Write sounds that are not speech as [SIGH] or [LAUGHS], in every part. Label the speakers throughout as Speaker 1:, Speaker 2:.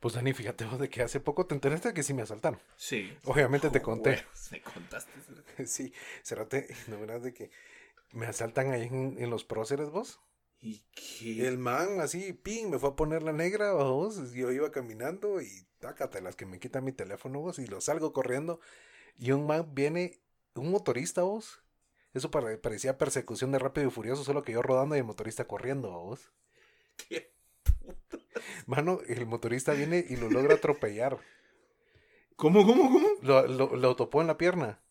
Speaker 1: Pues Dani, fíjate vos de que hace poco te enteraste de que sí me asaltaron.
Speaker 2: Sí.
Speaker 1: Obviamente te conté.
Speaker 2: Bueno, me contaste.
Speaker 1: [LAUGHS] Sí, cerrate, no verás de que me asaltan ahí en, en los próceres vos.
Speaker 2: ¿Y
Speaker 1: Y
Speaker 2: qué?
Speaker 1: el man así, ping, me fue a poner la negra, vos. Yo iba caminando y tácate las que me quitan mi teléfono, vos. Y lo salgo corriendo. Y un man viene, un motorista, vos. Eso pare- parecía persecución de rápido y furioso, solo que yo rodando y el motorista corriendo, vos.
Speaker 2: ¿Qué?
Speaker 1: Mano, el motorista viene y lo logra atropellar.
Speaker 2: ¿Cómo, cómo, cómo?
Speaker 1: Lo, lo, lo topó en la pierna.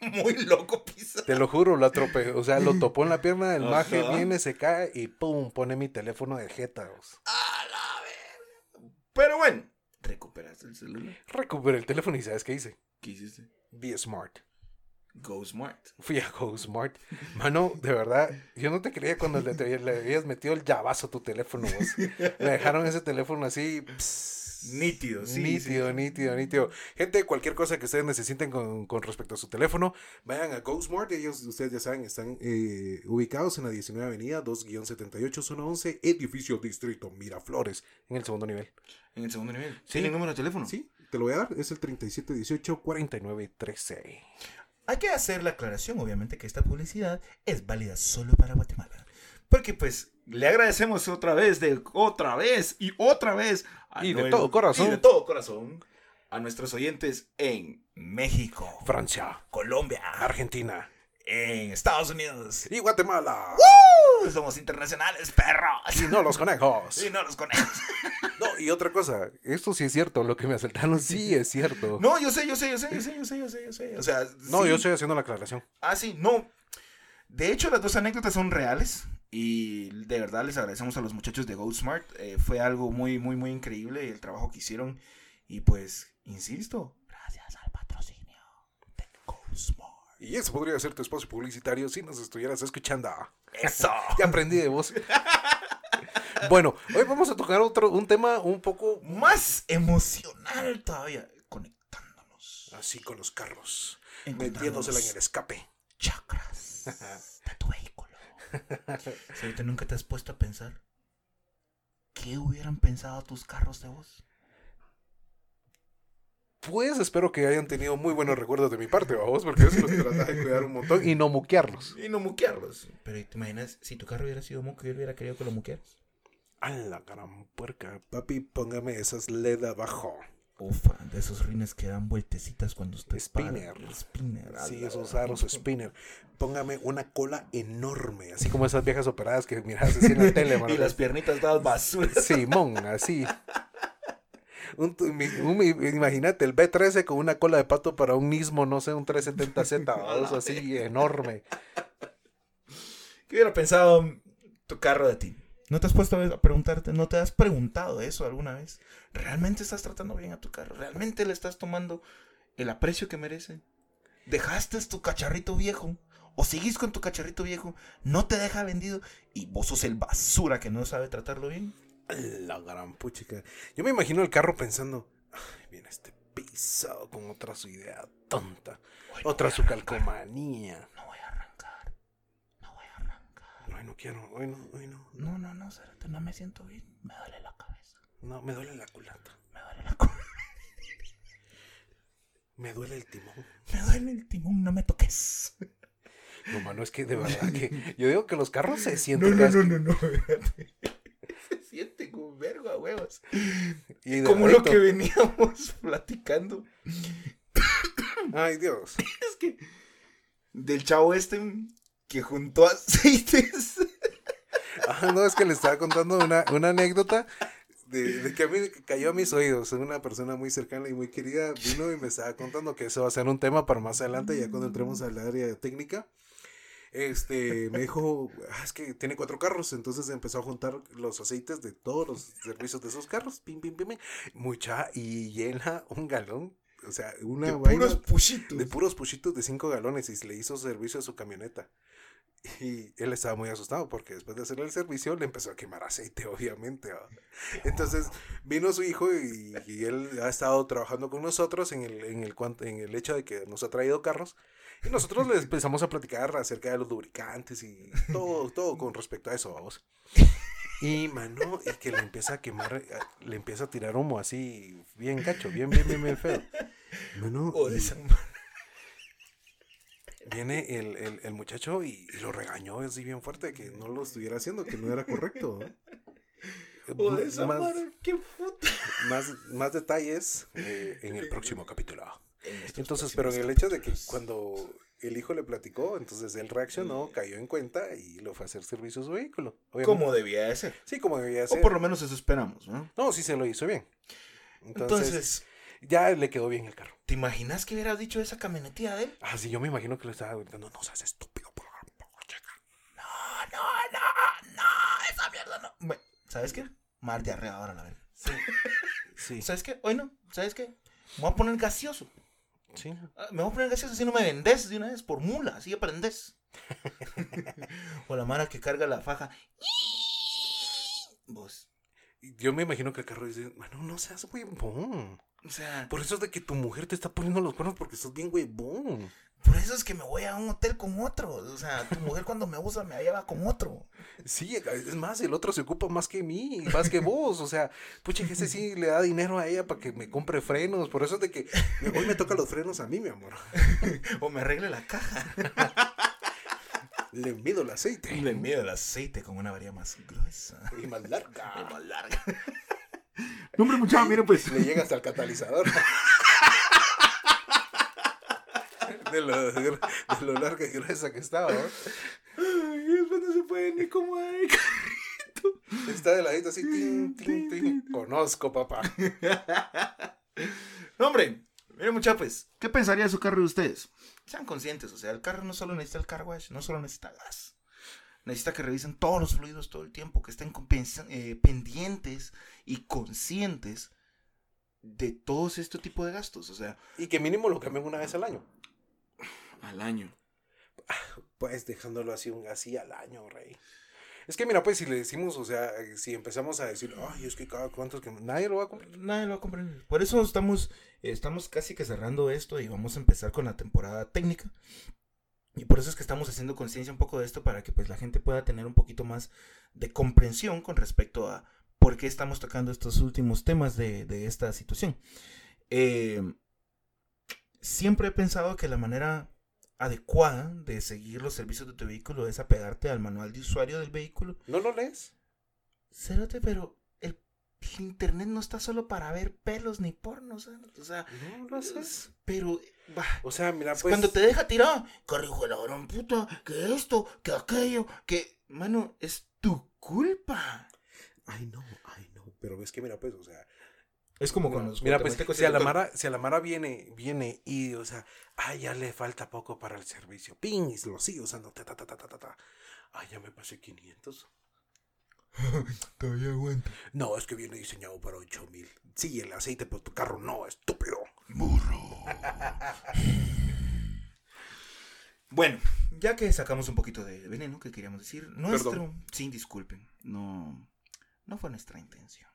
Speaker 2: Muy loco, pisa.
Speaker 1: Te lo juro, lo atropelló. O sea, lo topó en la pierna, el
Speaker 2: Ajá.
Speaker 1: maje viene, se cae y pum, pone mi teléfono de jeta. vos.
Speaker 2: A la verga. Pero bueno, recuperaste el celular.
Speaker 1: Recuperé el teléfono y ¿sabes qué hice?
Speaker 2: ¿Qué hiciste?
Speaker 1: Be smart.
Speaker 2: Go Smart.
Speaker 1: Fui a GoSmart. Mano, de verdad, yo no te creía cuando le, te- le habías metido el llavazo a tu teléfono. vos. Le dejaron ese teléfono así. pss,
Speaker 2: Nítido, sí,
Speaker 1: Nítido,
Speaker 2: sí.
Speaker 1: nítido, nítido. Gente, cualquier cosa que ustedes necesiten con, con respecto a su teléfono, vayan a GoSmart. Ellos, ustedes ya saben, están eh, ubicados en la 19 Avenida 2-78, zona 11, edificio Distrito Miraflores, en el segundo nivel.
Speaker 2: En el segundo nivel.
Speaker 1: Sí.
Speaker 2: ¿Tiene el número de teléfono?
Speaker 1: Sí, te lo voy a dar. Es el 3718-4913.
Speaker 2: Hay que hacer la aclaración, obviamente, que esta publicidad es válida solo para Guatemala. Porque, pues, le agradecemos otra vez, de otra vez y otra vez. a
Speaker 1: Y de todo corazón.
Speaker 2: Y de todo corazón a nuestros oyentes en México,
Speaker 1: Francia,
Speaker 2: Colombia,
Speaker 1: Argentina
Speaker 2: en Estados Unidos.
Speaker 1: y Guatemala.
Speaker 2: ¡Uh! Somos internacionales, perros.
Speaker 1: Y no los conejos.
Speaker 2: Y no los conejos.
Speaker 1: No, y otra cosa, esto sí es cierto, lo que me asaltaron sí es cierto.
Speaker 2: [LAUGHS] No, yo sé, yo sé, yo sé, yo sé, yo sé, yo sé, yo sé. O sea,
Speaker 1: No,
Speaker 2: sí.
Speaker 1: yo estoy haciendo la aclaración.
Speaker 2: Ah, sí, no. De hecho, las dos anécdotas son reales. Y de verdad les agradecemos a los muchachos de GoSmart. Eh, fue algo muy, muy, muy increíble el trabajo que hicieron. Y pues, insisto, gracias al patrocinio de GoSmart.
Speaker 1: Y eso podría ser tu espacio publicitario si nos estuvieras escuchando.
Speaker 2: ¡Eso!
Speaker 1: Ya aprendí de
Speaker 2: [LAUGHS]
Speaker 1: vos. Bueno, hoy vamos a tocar otro, un tema un poco
Speaker 2: Más emocional todavía. Conectándonos.
Speaker 1: así con los carros,
Speaker 2: Encontrándonos.
Speaker 1: metiéndosela en el escape.
Speaker 2: chakras de tu vehículo. Si ahorita nunca te has puesto a pensar, ¿qué hubieran pensado tus carros de vos?
Speaker 1: Pues espero que hayan tenido muy buenos recuerdos de mi parte, vamos, porque yo sí los trataba de cuidar un montón y no muquearlos.
Speaker 2: Y no muquearlos. Pero ¿y ¿te imaginas si tu carro hubiera sido moco, yo hubiera querido que lo muquearas?
Speaker 1: A la gran puerca. Papi, póngame esas LED abajo.
Speaker 2: Ufa, de esos rines que dan vueltecitas cuando usted
Speaker 1: Spinner.
Speaker 2: para- Spinner.
Speaker 1: Sí, esos aros spinner. Póngame una cola enorme, así como esas viejas operadas que miras así en
Speaker 2: [LAUGHS]
Speaker 1: la tele, mano.
Speaker 2: [LAUGHS] Y las piernitas dadas basuras.
Speaker 1: Simón, así. Un tu- mi- un mi- imagínate el B13 con una cola de pato para un mismo, no sé, un 370Z,
Speaker 2: [LAUGHS]
Speaker 1: vamos, así enorme.
Speaker 2: ¿Qué hubiera pensado tu carro de ti? ¿No te has puesto a preguntarte, no te has preguntado eso alguna vez? ¿Realmente estás tratando bien a tu carro? ¿Realmente le estás tomando el aprecio que merece? ¿Dejaste tu cacharrito viejo? ¿O seguís con tu cacharrito viejo? ¿No te deja vendido? ¿Y vos sos el basura que no sabe tratarlo bien?
Speaker 1: A La gran puchica. Yo me imagino el carro pensando, "Ay, viene este pisado con otra su idea tonta,
Speaker 2: Hoy no
Speaker 1: otra
Speaker 2: voy a
Speaker 1: su
Speaker 2: arrancar,
Speaker 1: calcomanía.
Speaker 2: No voy a arrancar. No voy a arrancar.
Speaker 1: Hoy no quiero, hoy no, hoy no.
Speaker 2: No, no, no, Cerate, no me siento bien. Me duele la cabeza.
Speaker 1: No, me duele la culata,
Speaker 2: Me duele la co-
Speaker 1: me duele el timón.
Speaker 2: [LAUGHS] Me duele el timón, no me toques.
Speaker 1: No, mano, es que de verdad
Speaker 2: [LAUGHS]
Speaker 1: que yo digo que los carros se
Speaker 2: No,
Speaker 1: sienten
Speaker 2: no,
Speaker 1: cada vez
Speaker 2: no, no, no. espérate. [LAUGHS] Se siente como vergo a huevos.
Speaker 1: que- y de
Speaker 2: Como lo
Speaker 1: momento-
Speaker 2: que veníamos [LAUGHS] platicando.
Speaker 1: Ay, Dios.
Speaker 2: Es que. Del chavo este que juntó aceites.
Speaker 1: Ah, no, es que le estaba contando una, una anécdota de, de que a mí cayó a mis oídos. Una persona muy cercana y muy querida vino y me estaba contando que eso va a ser un tema para más adelante, ya cuando entremos al área técnica. Este, me dijo, "Ah, es que tiene cuatro carros, entonces empezó a juntar los aceites de todos los servicios de esos carros, pim, pim, pim, pim. mucha, y llena un galón, o sea, [LAUGHS] una
Speaker 2: De
Speaker 1: vaina-
Speaker 2: puros puchitos.
Speaker 1: de puros puchitos de 5 galones y le hizo servicio a su camioneta. Y él estaba muy asustado porque después de hacerle el servicio le empezó a quemar aceite, [LAUGHS] obviamente. ¿va? Entonces vino su hijo y, y él ha estado trabajando con nosotros en el, en, el, cuan- en el hecho de que nos ha traído carros. Y nosotros les empezamos a platicar acerca de los lubricantes y todo, todo con respecto a eso, vamos. Y mano, y que le empieza a quemar, le empieza a tirar humo así, bien cacho, bien, bien, bien, bien feo. Mano,
Speaker 2: O de
Speaker 1: y-
Speaker 2: esa
Speaker 1: viene el, el- el muchacho y, y lo regañó así bien fuerte que no lo estuviera haciendo, que no era correcto.
Speaker 2: [LAUGHS] O de esa
Speaker 1: más,
Speaker 2: madre, qué puta.
Speaker 1: más, más detalles eh, en el próximo capítulo.
Speaker 2: Estos
Speaker 1: Entonces,
Speaker 2: próximos
Speaker 1: pero en el hecho de que
Speaker 2: capítulos.
Speaker 1: cuando el hijo le platicó, entonces él reaccionó, cayó en cuenta y lo fue a hacer servicio a su vehículo. obviamente.
Speaker 2: Como debía de ser.
Speaker 1: Sí, como debía
Speaker 3: O
Speaker 1: ser.
Speaker 3: por lo menos eso esperamos, ¿no?
Speaker 1: No, sí se lo hizo bien.
Speaker 2: Entonces,
Speaker 1: Entonces, ya le quedó bien el carro.
Speaker 2: ¿te imaginas que hubiera dicho esa camionetilla de él?
Speaker 1: Ah, sí, yo me imagino que lo estaba gritando, no seas estúpido, por favor,
Speaker 2: ¡Ah, No, no, no, no, esa mierda no. Bueno, ¿Sabes qué? Mar de arrea ahora la verga.
Speaker 1: Sí,
Speaker 2: [LAUGHS] ¿Sabes qué? Hoy no, ¿sabes qué? Me voy a poner gaseoso.
Speaker 1: sí.
Speaker 2: Ah, Me voy a poner gaseoso si no me vendes de una vez por mula, así [LAUGHS] aprendes. o la mara que carga la faja. Vos.
Speaker 1: Y Yo me imagino que el carro dice, mano, no seas huevón.
Speaker 2: O sea,
Speaker 1: Por eso es de que tu mujer te está poniendo los cuernos porque sos bien huevón.
Speaker 2: por eso es que me voy a un hotel con otro. O sea, tu mujer cuando me usa me lleva con otro.
Speaker 1: Sí, es más, el otro se ocupa más que mí, más que vos. O sea, pucha, que ese sí le da dinero a ella para que me compre frenos. Por eso es de que hoy me toca los frenos a mí, mi amor.
Speaker 2: O me arregle la [LAUGHS] caja.
Speaker 1: Le mido el aceite.
Speaker 2: Le mido el aceite con una varilla más gruesa.
Speaker 1: Y más larga.
Speaker 2: Más larga.
Speaker 3: No, hombre, muchachos, miren, pues.
Speaker 1: Le llega hasta el catalizador. De lo, de lo larga y gruesa que estaba. ¿no?
Speaker 3: Ay, después no se puede ni como hay.
Speaker 1: Está de ladito así. tin, tin, tin. Conozco, papá.
Speaker 2: No, hombre. Miren, muchachos, pues,
Speaker 3: ¿Qué pensaría su carro de ustedes?
Speaker 2: sean conscientes. O sea, el carro no solo necesita el car wash, no solo necesita gas. Necesita que revisen todos los fluidos todo el tiempo, que estén con pens- eh, pendientes y conscientes de todos este tipo de gastos. O sea,
Speaker 1: Y que mínimo lo cambian una vez al año.
Speaker 3: Al año.
Speaker 1: Pues dejándolo así, un- así al año, rey. Es que mira, pues si le decimos, o sea, si empezamos a decir, ay, es que cada cuántos que nadie lo va a comprar.
Speaker 2: Eh, nadie lo va a comprender. Por eso estamos, eh, estamos casi que cerrando esto y vamos a empezar con la temporada técnica. Y por eso es que estamos haciendo conciencia un poco de esto para que pues la gente pueda tener un poquito más de comprensión con respecto a por qué estamos tocando estos últimos temas de, de esta situación. Eh, siempre he pensado que la manera adecuada de seguir los servicios de tu vehículo es apegarte al manual de usuario del vehículo
Speaker 1: ¿No lo lees?
Speaker 2: Cérate, pero el internet no está solo para ver pelos ni porno, ¿sabes? O sea,
Speaker 1: No lo haces.
Speaker 2: pero bah,
Speaker 1: O sea, mira,
Speaker 2: es
Speaker 1: pues.
Speaker 2: cuando te deja tirado, corrijo la gran puta, que esto, que aquello, que, mano, es tu culpa.
Speaker 1: Ay, no, ay, no. Pero es que mira, pues, o sea,
Speaker 2: Es como
Speaker 1: No, mira, pues, si a la Mara, si a la Mara viene, viene y, o sea, ay, ya le falta poco para el servicio. Ping, y lo sigue usando. Ta, ta, ta, ta, ta, ta, ta. Ay, ya me pasé 500.
Speaker 2: Todavía aguanta.
Speaker 1: No, es que viene diseñado para 8000. Sí, el aceite, pero tu carro no, estúpido.
Speaker 2: Burro. [LAUGHS] bueno, ya que sacamos un poquito de veneno que queríamos decir, nuestro. Sin disculpen, no, no fue nuestra intención.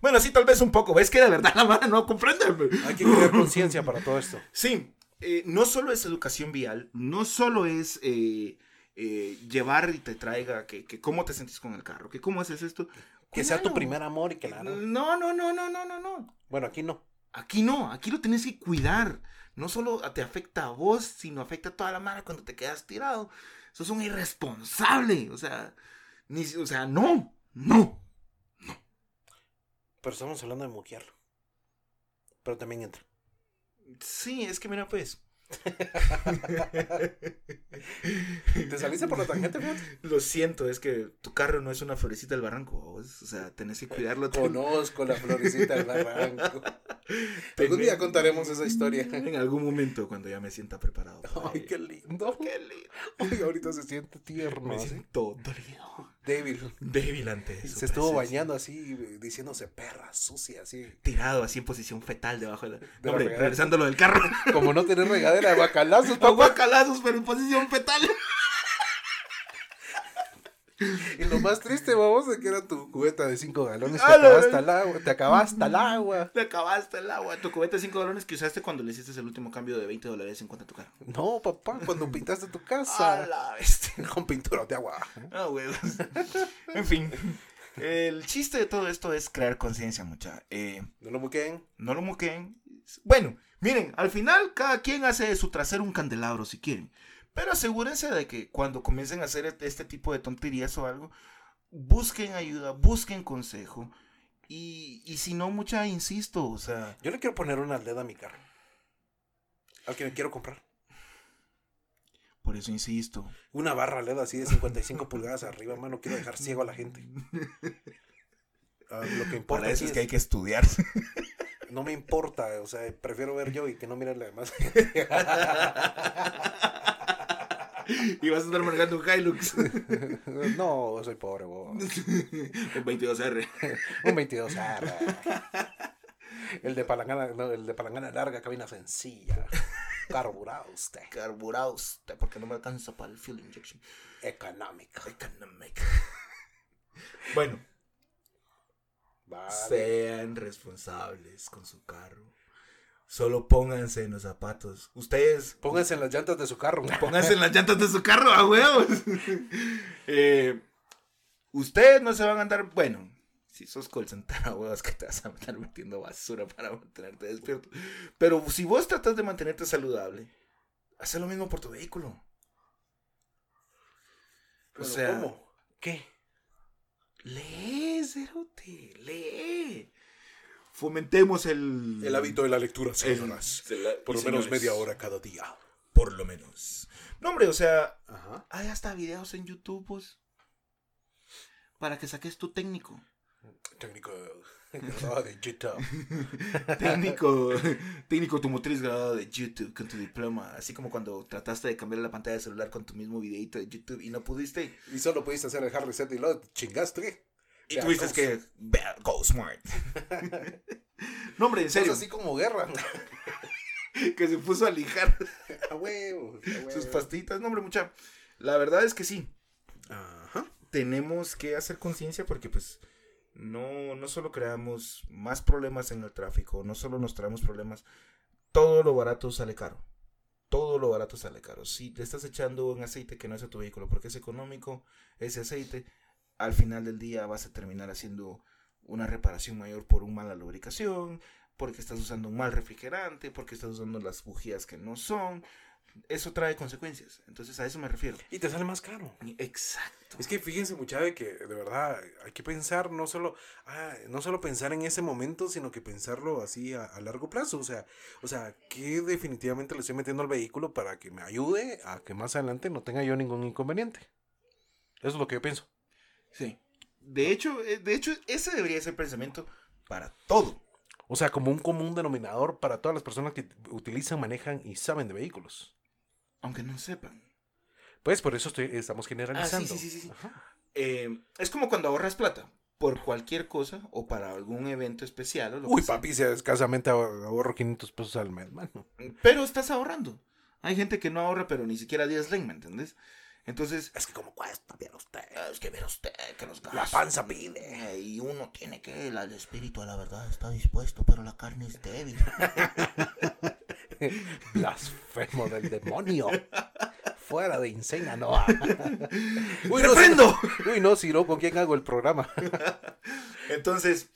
Speaker 2: Bueno, sí, tal vez un poco, es que de verdad [LAUGHS] la mano no comprende. güey.
Speaker 1: Hay que crear conciencia para todo esto.
Speaker 2: Sí, eh, no solo es educación vial,
Speaker 3: No solo es eh, eh, llevar y te traiga que, que cómo te sentís con el carro, que cómo haces esto.
Speaker 1: Que sea tu
Speaker 3: Cuidado.
Speaker 1: primer amor y
Speaker 2: Eh,
Speaker 1: que la...
Speaker 3: No, no, no, no, no, no, no.
Speaker 1: Bueno, aquí no.
Speaker 3: Aquí no, aquí lo tienes que cuidar.
Speaker 2: no solo te afecta a vos, sino afecta a toda la mano cuando te quedas tirado.
Speaker 3: Sos un irresponsable. O sea, ni, si- o sea, no, no.
Speaker 1: Pero estamos hablando de moquearlo. Pero también entra.
Speaker 2: Sí, es que mira, pues. [LAUGHS]
Speaker 1: Te saliste por la tangente, fíjate.
Speaker 2: Lo siento, es que tu carro no es una florecita del barranco, babos. o sea, tenés que cuidarlo.
Speaker 1: [LAUGHS] Oh, Conozco la florecita del barranco.
Speaker 2: Tenés-
Speaker 1: Algún día contaremos esa [LAUGHS] historia.
Speaker 2: En algún momento cuando ya me sienta preparado.
Speaker 1: [LAUGHS]
Speaker 2: para
Speaker 1: Ay,
Speaker 2: ello.
Speaker 1: qué lindo.
Speaker 2: Qué lindo.
Speaker 1: Ay, ahorita se siente tierno. ¿eh?
Speaker 2: Me
Speaker 1: así.
Speaker 2: siento dolido.
Speaker 1: Débil.
Speaker 2: Débil ante eso.
Speaker 1: Se estuvo bañando así, eh, diciéndose perra, sucia, así.
Speaker 2: Tirado así en posición fetal debajo de la.
Speaker 1: la
Speaker 2: Hombre,
Speaker 1: regadera.
Speaker 2: regresando a lo del carro.
Speaker 1: [LAUGHS] Como no tener regadera de bacalazos, papá.
Speaker 3: Aguacalazos, pero en posición fetal.
Speaker 1: Y lo más triste, vamos, es que era tu cubeta de 5 galones. Te
Speaker 3: A la
Speaker 1: acabaste
Speaker 3: vez.
Speaker 1: el agua. Te acabaste el agua.
Speaker 3: Te acabaste el agua. Tu cubeta de 5 galones que usaste cuando le hiciste el último cambio de 20 dólares en cuenta a tu carro.
Speaker 1: No, papá, cuando pintaste tu
Speaker 3: A
Speaker 1: [LAUGHS] casa.
Speaker 3: la bestia.
Speaker 1: [LAUGHS] Con pintura de agua.
Speaker 3: Ah, huevos.
Speaker 2: En fin. El chiste de todo esto es crear conciencia, mucha. Eh,
Speaker 1: No lo muqueen.
Speaker 2: no lo muqueen.
Speaker 3: Bueno, miren, al final cada quien hace de su trasero un candelabro si quieren.
Speaker 2: Pero asegúrense de que cuando comiencen a hacer este tipo de tonterías o algo, busquen ayuda, busquen consejo. Y, y si no, mucha, insisto, o sea,
Speaker 1: Yo le quiero poner una LED a mi carro. Al que me quiero comprar.
Speaker 2: por eso insisto.
Speaker 1: Una barra LED así de [LAUGHS] 55 pulgadas arriba, mano. Quiero dejar ciego a la
Speaker 2: [LAUGHS]
Speaker 1: gente. Ah, lo que importa
Speaker 2: Para eso
Speaker 1: aquí
Speaker 2: es que hay que estudiar.
Speaker 1: No me importa, o sea, prefiero ver yo y que no miren la [LAUGHS] demás.
Speaker 3: [LAUGHS] Y vas a estar marcando un
Speaker 2: [LAUGHS]
Speaker 3: Hilux.
Speaker 1: no, soy pobre, bobo.
Speaker 3: Un 22R.
Speaker 1: Un 22 ah, El de palangana, no, el de palangana larga, cabina sencilla. Carburado usted.
Speaker 2: Carburado usted, porque no me alcanza para el fuel injection.
Speaker 1: Económico.
Speaker 2: Economic. [LAUGHS] Bueno,
Speaker 1: Vale.
Speaker 2: Sean responsables con su carro. Solo pónganse en los zapatos. Ustedes
Speaker 1: Pónganse en las llantas de su [LAUGHS] carro.
Speaker 3: Pónganse en las llantas de su carro, a huevos.
Speaker 2: [LAUGHS] Eh, ustedes no se van a andar. Bueno, si sos call center, [LAUGHS] a huevos que te vas a estar metiendo basura para mantenerte despierto. Pero si vos tratas de mantenerte saludable, haz lo mismo por tu vehículo.
Speaker 1: Pero,
Speaker 2: o sea-
Speaker 1: ¿cómo? ¿Qué?
Speaker 3: Lee, cerote, lee. Fomentemos el...
Speaker 1: El hábito de la lectura,
Speaker 3: el-
Speaker 1: señoras.
Speaker 3: el-
Speaker 1: Por lo
Speaker 3: y
Speaker 1: menos
Speaker 3: señores.
Speaker 1: media hora cada día.
Speaker 2: Por lo menos. No, hombre, o sea,
Speaker 1: Ajá.
Speaker 3: Hay hasta videos en YouTube, pues. Para que saques tu técnico.
Speaker 1: Técnico. grabado de [LAUGHS] YouTube.
Speaker 3: [LAUGHS] técnico, técnico automotriz graduado de YouTube con tu diploma. Así como cuando trataste de cambiar la pantalla de celular con tu mismo videito de YouTube y no pudiste.
Speaker 1: Y solo pudiste hacer el hard reset y lo chingaste.
Speaker 3: Y
Speaker 1: Vea,
Speaker 3: tuviste
Speaker 1: Ghost.
Speaker 3: que. vea, Go Smart. [LAUGHS] no, hombre, en
Speaker 1: Es
Speaker 3: serio.
Speaker 1: Pues así como guerra. [LAUGHS]
Speaker 3: Que se puso a lijar
Speaker 1: A huevo. a huevo.
Speaker 2: sus pastillitas, no, hombre, mucha. La verdad es que sí.
Speaker 1: Ajá.
Speaker 2: tenemos que hacer conciencia porque pues no, no solo creamos más problemas en el tráfico, no solo nos traemos problemas, todo lo barato sale caro. Todo lo barato sale caro. Si te estás echando un aceite que no es a tu vehículo porque es económico, ese aceite, al final del día vas a terminar haciendo una reparación mayor por una mala lubricación, porque estás usando un mal refrigerante, porque estás usando las bujías que no son. Eso trae consecuencias. Entonces a eso me refiero.
Speaker 1: Y te sale más caro.
Speaker 3: Exacto.
Speaker 1: Es que fíjense, muchachos, que de verdad hay que pensar, no solo, ah, no solo pensar en ese momento, sino que pensarlo así a, a largo plazo. O sea, o sea, que definitivamente le estoy metiendo al vehículo para que me ayude a que más adelante no tenga yo ningún inconveniente. Eso es lo que yo pienso.
Speaker 3: Sí.
Speaker 2: De hecho, eh, de hecho, ese debería ser pensamiento para todo.
Speaker 1: O sea, como un común denominador para todas las personas que utilizan, manejan y saben de vehículos.
Speaker 3: Aunque no sepan.
Speaker 1: Pues por eso estoy- estamos generalizando.
Speaker 3: Ah, sí, sí, sí, sí.
Speaker 1: Ajá.
Speaker 2: Eh, es como cuando ahorras plata por cualquier cosa o para algún evento especial o lo
Speaker 1: Uy,
Speaker 2: que sea.
Speaker 1: papi, si escasamente ahor- ahorro 500 pesos al mes, mano.
Speaker 2: Pero estás ahorrando. Hay gente que no ahorra, pero ni siquiera 10 ley, ¿me entendés? Entonces,
Speaker 1: Es que como cuesta, bien usted.
Speaker 2: "Ah, es que ver usted que los
Speaker 1: La
Speaker 2: gastos,
Speaker 1: panza pide.
Speaker 2: eh, Y uno tiene que, la- el espíritu a la verdad.
Speaker 4: está dispuesto, pero la carne es débil.
Speaker 1: [LAUGHS] Blasfemo del demonio. Fuera de Insena,
Speaker 2: [LAUGHS]
Speaker 1: no. Uy, no,
Speaker 2: ¡Reprendo!
Speaker 1: si- uy, no, si no, ¿con quién hago el programa?
Speaker 2: Entonces,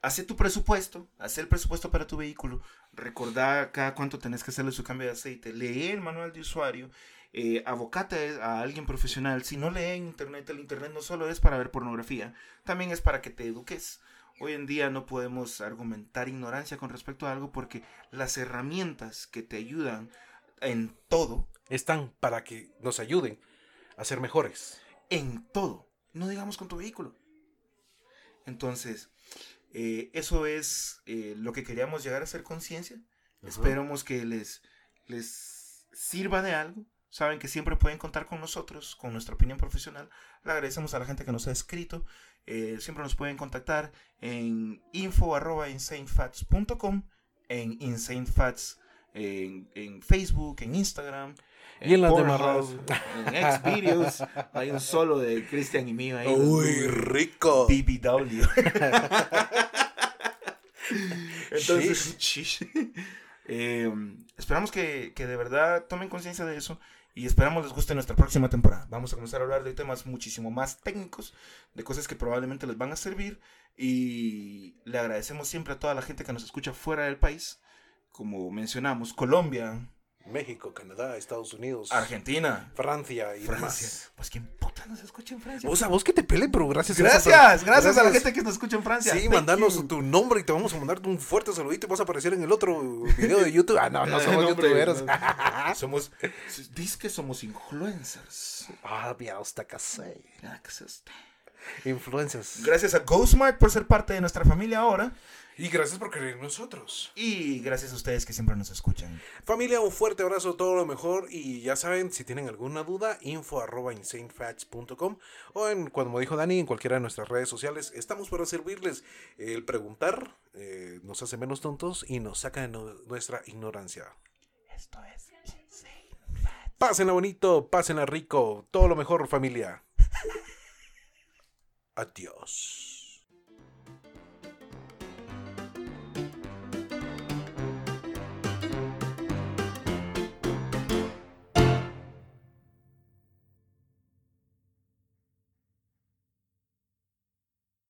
Speaker 2: hace tu presupuesto, hace el presupuesto para tu vehículo, recordar cada cuánto tenés que hacerle su cambio de aceite, lee el manual de usuario, eh, abocate a alguien profesional. Si no lee en internet, el internet no solo es para ver pornografía, también es para que te eduques. Hoy en día no podemos argumentar ignorancia con respecto a algo porque las herramientas que te ayudan en todo,
Speaker 1: Están para que nos ayuden a ser mejores.
Speaker 2: en todo, no digamos con tu vehículo. Entonces, eh, eso es eh, lo que queríamos llegar a ser conciencia. Esperamos que les, les sirva de algo. Saben que siempre pueden contar con nosotros, con nuestra opinión profesional. Le agradecemos a la gente que nos ha escrito. Eh, siempre nos pueden contactar en info.insanefats.com, en insanefats, en, en Facebook, en Instagram.
Speaker 1: Y en las
Speaker 2: Pornhub,
Speaker 1: demás redes.
Speaker 2: En Xvideos. Hay un solo de Cristian y mío ahí.
Speaker 1: Uy, rico.
Speaker 2: [LAUGHS] BBW. [LAUGHS] Em, Entonces, eh, esperamos que, que de verdad tomen conciencia de eso Y esperamos les guste nuestra próxima temporada. Vamos a comenzar a hablar de temas muchísimo más técnicos, de cosas que probablemente les van a servir. Y le agradecemos siempre a toda la gente que nos escucha fuera del país. Como mencionamos, Colombia,
Speaker 1: México, Canadá, Estados Unidos,
Speaker 2: Argentina,
Speaker 1: Francia y demás.
Speaker 2: Francia. Pues quién puta nos escucha en Francia.
Speaker 1: O sea, vos que te peleen, pero Pues, gracias. a
Speaker 2: Gracias,
Speaker 1: esa-
Speaker 2: gracias, a la gente que nos escucha en Francia.
Speaker 1: Sí,
Speaker 2: Thank
Speaker 1: mandanos
Speaker 2: you.
Speaker 1: tu nombre y te vamos a mandar un fuerte saludito y vas a aparecer en el otro video de YouTube. Ah,
Speaker 3: [LAUGHS]
Speaker 2: [LAUGHS]
Speaker 1: no, no somos
Speaker 3: No, hombre,
Speaker 1: youtuberos. [LAUGHS]
Speaker 3: no.
Speaker 1: ah,
Speaker 2: Somos
Speaker 3: Dice que somos influencers.
Speaker 1: mira, Ah, hasta casé.
Speaker 3: Nada que se este.
Speaker 1: Influencias.
Speaker 2: gracias a GoSmart por ser parte de nuestra familia ahora.
Speaker 1: Y gracias por creer en nosotros.
Speaker 2: Y gracias a ustedes que siempre nos escuchan.
Speaker 1: Familia, un fuerte abrazo, todo lo mejor. Y ya saben, si tienen alguna duda, info arroba insanefacts.com o en, como dijo Dani, en cualquiera de nuestras redes sociales. Estamos para servirles. El preguntar eh, nos hace menos tontos y nos saca de no- nuestra ignorancia.
Speaker 4: Esto es Insane.
Speaker 1: Pásenla bonito, pásenla rico. Todo lo mejor, familia. [LAUGHS] Adiós.